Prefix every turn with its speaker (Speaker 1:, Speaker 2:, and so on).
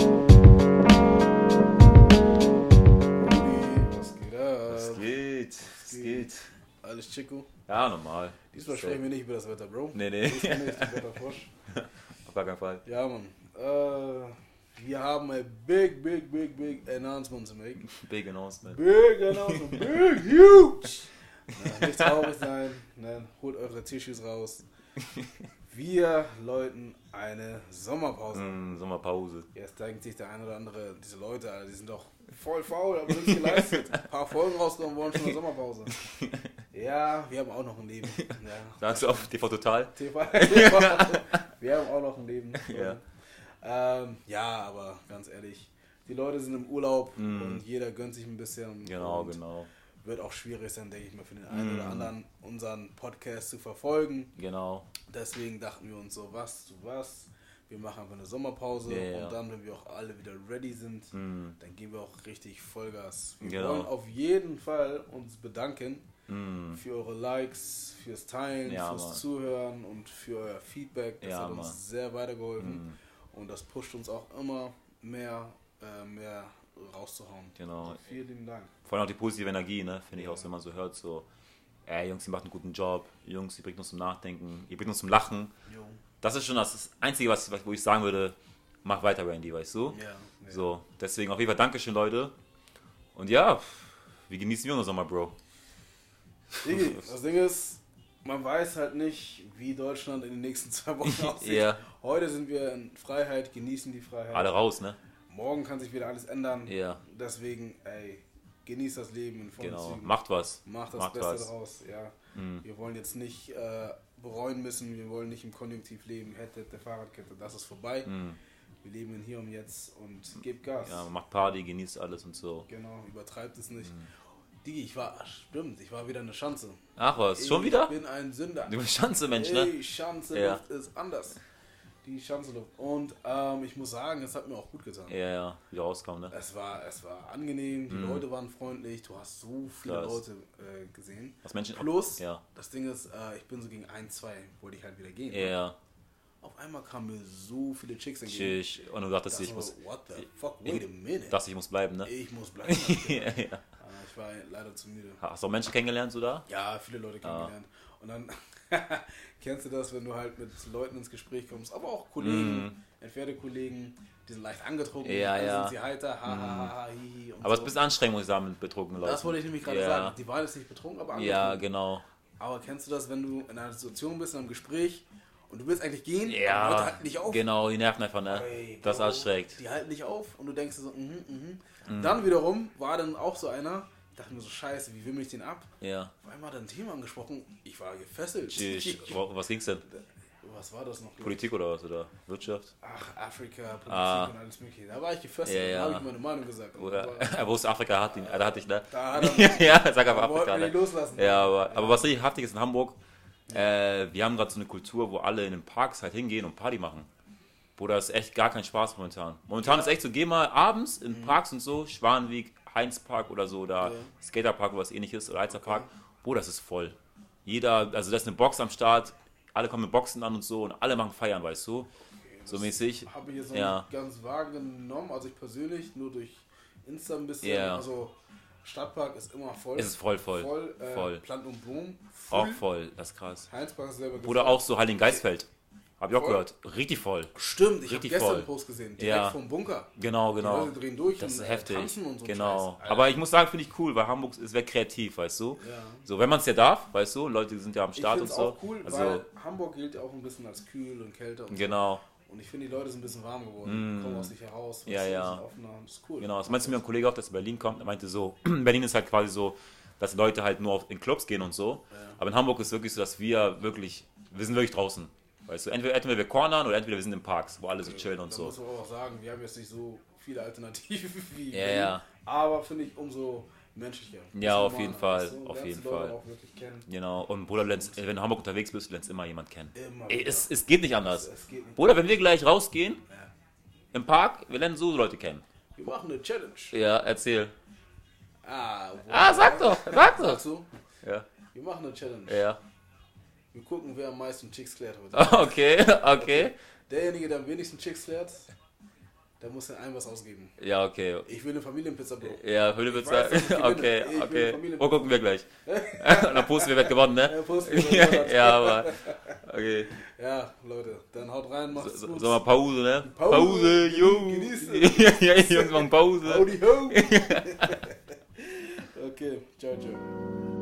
Speaker 1: Ähm, Chico.
Speaker 2: Ja, normal.
Speaker 1: Diesmal sprechen wir nicht über das Wetter, Bro.
Speaker 2: Nee, nee.
Speaker 1: Diesmal ist das Wetter Frosch.
Speaker 2: Auf gar keinen Fall.
Speaker 1: Ja, Mann. Äh, wir haben ein big, big, big, big announcement zu make.
Speaker 2: Big Announcement.
Speaker 1: Big announcement. Big, huge. Nein, nicht traurig sein. Nein, holt eure Tissues raus. Wir läuten eine Sommerpause.
Speaker 2: Mm, Sommerpause.
Speaker 1: Jetzt denkt sich der ein oder andere, diese Leute, Alter, die sind doch voll faul, aber nichts geleistet. Ein paar Folgen rausgenommen worden, schon eine Sommerpause. Ja, wir haben auch noch ein Leben. Ja.
Speaker 2: Sagst du auf TV Total?
Speaker 1: TV, TV. Wir haben auch noch ein Leben.
Speaker 2: Ja.
Speaker 1: Ähm, ja, aber ganz ehrlich, die Leute sind im Urlaub und jeder gönnt sich ein bisschen.
Speaker 2: Mhm. Genau, Mhm.
Speaker 1: und
Speaker 2: genau.
Speaker 1: Wird auch schwierig sein, denke ich mal, für den einen oder anderen, unseren Podcast zu verfolgen.
Speaker 2: Genau.
Speaker 1: Deswegen dachten wir uns so, was zu was. Wir machen einfach eine Sommerpause
Speaker 2: Ja, ja. Mhm.
Speaker 1: und dann, wenn wir auch alle wieder ready sind,
Speaker 2: Mm,
Speaker 1: dann geben wir auch richtig Vollgas. Wir
Speaker 2: Genau.
Speaker 1: wollen auf jeden Fall uns bedanken
Speaker 2: mm.
Speaker 1: für eure Likes, fürs Teilen,
Speaker 2: Hm. Ja,
Speaker 1: fürs
Speaker 2: Mann.
Speaker 1: Zuhören und für euer Feedback. Das
Speaker 2: Ja,
Speaker 1: hat uns
Speaker 2: Mann. Hm.
Speaker 1: sehr weitergeholfen und das pusht uns auch immer mehr, äh, mehr rauszuhauen.
Speaker 2: Genau.
Speaker 1: Also vielen lieben Dank.
Speaker 2: Vor allem auch die positive Energie, ne? Finde ich
Speaker 1: Ja.
Speaker 2: auch, wenn man so hört, so, ey Jungs, ihr macht einen guten Job, Jungs, ihr bringt uns zum Nachdenken, ihr bringt uns zum Lachen.
Speaker 1: Jo.
Speaker 2: Das ist schon das, das Einzige, was, was- wo ich sagen würde, mach weiter, Randy, weißt du?
Speaker 1: Ja, ja.
Speaker 2: So, deswegen auf jeden Fall Dankeschön, Leute. Und ja, wie genießen wir unseren Sommer, Bro?
Speaker 1: Digi, das Ding ist, man weiß halt nicht, wie Deutschland in den nächsten zwei Wochen aussieht.
Speaker 2: Ja.
Speaker 1: Heute sind wir in Freiheit, genießen die Freiheit.
Speaker 2: Alle raus, ne?
Speaker 1: Morgen kann sich wieder alles ändern.
Speaker 2: Ja.
Speaker 1: Deswegen, ey, genießt das Leben in vollen
Speaker 2: Genau.
Speaker 1: Zügen.
Speaker 2: Macht was. Hm.
Speaker 1: Macht das Beste draus. Ja. Wir wollen jetzt nicht äh, bereuen müssen, wir wollen nicht im Konjunktiv leben. Hätte, hätte, Fahrradkette, das ist vorbei. Wir leben in hier und jetzt und gebt Gas.
Speaker 2: Hm. Ja, Hm. macht Party, genießt alles und so.
Speaker 1: Genau, übertreibt es nicht. Digi, ich war, stimmt, ich war wieder eine Schanze.
Speaker 2: Ach was, schon
Speaker 1: ich
Speaker 2: wieder?
Speaker 1: Ich bin ein Sünder.
Speaker 2: Du bist Schanze-Mensch, ne?
Speaker 1: Die Schanzeluft ist anders. Die Schanzeluft. Und ähm, ich muss sagen, es hat mir auch gut getan.
Speaker 2: Ja, ja, wieder rauskommen, ne?
Speaker 1: Es, war, es war angenehm, die Leute waren freundlich, du hast so viele
Speaker 2: Mhm. Krass.
Speaker 1: Leute äh, gesehen.
Speaker 2: Was Menschen.
Speaker 1: Plus,
Speaker 2: Ja.
Speaker 1: das Ding ist, äh, ich bin so gegen 1, 2, wollte ich halt wieder gehen.
Speaker 2: Ja,
Speaker 1: Auf einmal kamen mir so viele Chicks entgegen.
Speaker 2: tschüss. Oh, Und du dachtest,
Speaker 1: Das
Speaker 2: ich
Speaker 1: war,
Speaker 2: muss.
Speaker 1: what the fuck, wait a minute.
Speaker 2: Dachte, ich muss bleiben, ne?
Speaker 1: ich muss bleiben.
Speaker 2: ja, ja.
Speaker 1: Ah, ich war leider zu müde.
Speaker 2: Hast du auch Menschen kennengelernt, so da?
Speaker 1: Ja, viele Leute
Speaker 2: Ah.
Speaker 1: kennengelernt. Und dann kennst du das, wenn du halt mit Leuten ins Gespräch kommst, aber auch Kollegen, entfernte Kollegen, die sind leicht angetrunken,
Speaker 2: Mhm. Ja,
Speaker 1: dann
Speaker 2: ja.
Speaker 1: sind sie heiter, ha, ha, ha, ha, hi, hi. Und
Speaker 2: Aber es ist
Speaker 1: so.
Speaker 2: ein bisschen anstrengend, muss ich sagen, mit betrunkenen Leuten.
Speaker 1: das wollte ich nämlich gerade
Speaker 2: ja.
Speaker 1: sagen. Die waren jetzt nicht betrunken, aber angetrunken.
Speaker 2: Ja, genau.
Speaker 1: Aber kennst du das, wenn du in einer Situation bist, in einem Gespräch und du willst eigentlich gehen, aber die Leute
Speaker 2: Ja,
Speaker 1: halten dich auf?
Speaker 2: genau, die nerven einfach, ne?
Speaker 1: Ey,
Speaker 2: das ist
Speaker 1: Bro,
Speaker 2: anstrengend.
Speaker 1: Die halten dich auf und du denkst dir so, mhm, mhm. Dann wiederum war dann auch so einer, ich dachte mir so, scheiße, wie wimmel ich den ab?
Speaker 2: Ja.
Speaker 1: Auf einmal hat er ein Thema angesprochen, ich war gefesselt.
Speaker 2: Tschüss. Wo- Was ging's denn?
Speaker 1: Was war das noch?
Speaker 2: Politik oder was? Oder Wirtschaft?
Speaker 1: Ach, Afrika, Politik
Speaker 2: Ah.
Speaker 1: und alles mögliche. Da war ich gefesselt,
Speaker 2: Ja, ja.
Speaker 1: da habe ich meine Meinung gesagt.
Speaker 2: Oder
Speaker 1: Aber
Speaker 2: wo es Afrika hat, ihn, da hatte ich, ne?
Speaker 1: Da hat er-
Speaker 2: ja, sag einfach
Speaker 1: da wollten
Speaker 2: Afrika.
Speaker 1: wir
Speaker 2: Ne?
Speaker 1: nicht loslassen.
Speaker 2: Ja, aber, aber was richtig heftig ist in Hamburg, äh, wir haben gerade so eine Kultur, wo alle in den Parks halt hingehen und Party machen. Bruder, das ist echt gar kein Spaß momentan. Momentan ist echt so, geh mal abends in Parks und so, Schwanweg, Heinzpark oder so, oder Skaterpark oder was ähnliches, oder Heizerpark. Bruder, das ist voll. Jeder, also da ist eine Box am Start, alle kommen mit Boxen an und so und alle machen Feiern, weißt du? so mäßig.
Speaker 1: Habe ich jetzt noch
Speaker 2: Ja.
Speaker 1: nicht ganz wahrgenommen, also ich persönlich, nur durch Insta ein bisschen.
Speaker 2: Ja.
Speaker 1: Also Stadtpark ist immer voll.
Speaker 2: Es ist voll, voll.
Speaker 1: Voll. Äh,
Speaker 2: Voll.
Speaker 1: Plant und Blumen.
Speaker 2: Auch voll, das ist krass.
Speaker 1: Heinzpark ist selber
Speaker 2: Oder auch so Heiligengeistfeld. Hab ich auch
Speaker 1: Voll.
Speaker 2: gehört. Richtig voll.
Speaker 1: Stimmt, ich habe
Speaker 2: Richtig
Speaker 1: gestern
Speaker 2: voll.
Speaker 1: einen Post gesehen, direkt
Speaker 2: Ja.
Speaker 1: vom Bunker.
Speaker 2: Genau, genau.
Speaker 1: Leute drehen durch
Speaker 2: das
Speaker 1: und,
Speaker 2: ist
Speaker 1: äh,
Speaker 2: heftig.
Speaker 1: tanzen und so ein
Speaker 2: genau.
Speaker 1: Scheiß, Alter.
Speaker 2: Aber ich muss sagen, finde ich cool, weil Hamburg ist sehr kreativ, weißt du?
Speaker 1: Ja.
Speaker 2: So, wenn man es ja darf, weißt du, Leute sind ja am
Speaker 1: Ich
Speaker 2: Start
Speaker 1: finde
Speaker 2: und
Speaker 1: es
Speaker 2: so.
Speaker 1: auch cool,
Speaker 2: also,
Speaker 1: weil Hamburg gilt ja auch ein bisschen als kühl und kälter. Und, so.
Speaker 2: genau,
Speaker 1: und ich finde, die Leute sind ein bisschen warm geworden, kommen aus sich heraus,
Speaker 2: Mm. Ja,
Speaker 1: weißt du,
Speaker 2: ja.
Speaker 1: ein bisschen offener. Das ist cool.
Speaker 2: genau. Das meinte mir ein Kollege auch, dass er Berlin kommt. Er meinte so, Berlin ist halt quasi so, dass Leute halt nur auf, in Clubs gehen und so. Aber in Hamburg ist wirklich so, dass wir wirklich, wir sind wirklich draußen. Weißt du, entweder, entweder wir cornern oder entweder wir sind in Parks, wo alle so chillen und
Speaker 1: da
Speaker 2: so.
Speaker 1: muss man auch sagen, wir haben jetzt nicht so viele Alternativen wie
Speaker 2: Ja,
Speaker 1: Berlin,
Speaker 2: ja.
Speaker 1: aber finde ich umso menschlicher.
Speaker 2: Ja, auf
Speaker 1: Bisschen
Speaker 2: jeden
Speaker 1: humaner,
Speaker 2: Fall,
Speaker 1: weißt du,
Speaker 2: auf
Speaker 1: lernst
Speaker 2: jeden
Speaker 1: die Leute
Speaker 2: Fall.
Speaker 1: Auch wirklich kennen.
Speaker 2: Genau, und Bruder, du lernst, wenn du in Hamburg unterwegs bist, du lernst immer jemand kennen.
Speaker 1: Immer
Speaker 2: Ey,
Speaker 1: wieder.
Speaker 2: es, es geht nicht anders.
Speaker 1: Es geht nicht.
Speaker 2: Bruder, wenn wir gleich rausgehen, im Park, wir lernen so Leute kennen.
Speaker 1: Wir machen eine Challenge.
Speaker 2: Ja, erzähl.
Speaker 1: Ah, wow.
Speaker 2: Ah, sag doch, sag doch.
Speaker 1: Sagst du?
Speaker 2: Ja,
Speaker 1: Wir machen eine Challenge.
Speaker 2: ja.
Speaker 1: Wir gucken, wer am meisten Chicks klärt heute.
Speaker 2: Okay, okay.
Speaker 1: Derjenige, der am wenigsten Chicks klärt, Da muss er einem was ausgeben.
Speaker 2: Ja, okay.
Speaker 1: Ich will eine Familienpizza, Bro.
Speaker 2: Ja, Höhlewitzer.
Speaker 1: Ich weiß, dass ich
Speaker 2: Okay,
Speaker 1: gewinne. Ich will
Speaker 2: okay.
Speaker 1: Familienpizza.
Speaker 2: Wo gucken wir gleich? Und dann posten wir, wer hat gewonnen,
Speaker 1: Ja,
Speaker 2: ne?
Speaker 1: Prost, Leute.
Speaker 2: ja, aber. Okay.
Speaker 1: ja, Leute, dann haut rein, macht's
Speaker 2: So,
Speaker 1: gut.
Speaker 2: so mal Pause, ne?
Speaker 1: Pause,
Speaker 2: Pause,
Speaker 1: geni-
Speaker 2: yo!
Speaker 1: genießt es.
Speaker 2: ja, ja, Jungs machen Pause.
Speaker 1: Howdy ho! okay, ciao, ciao.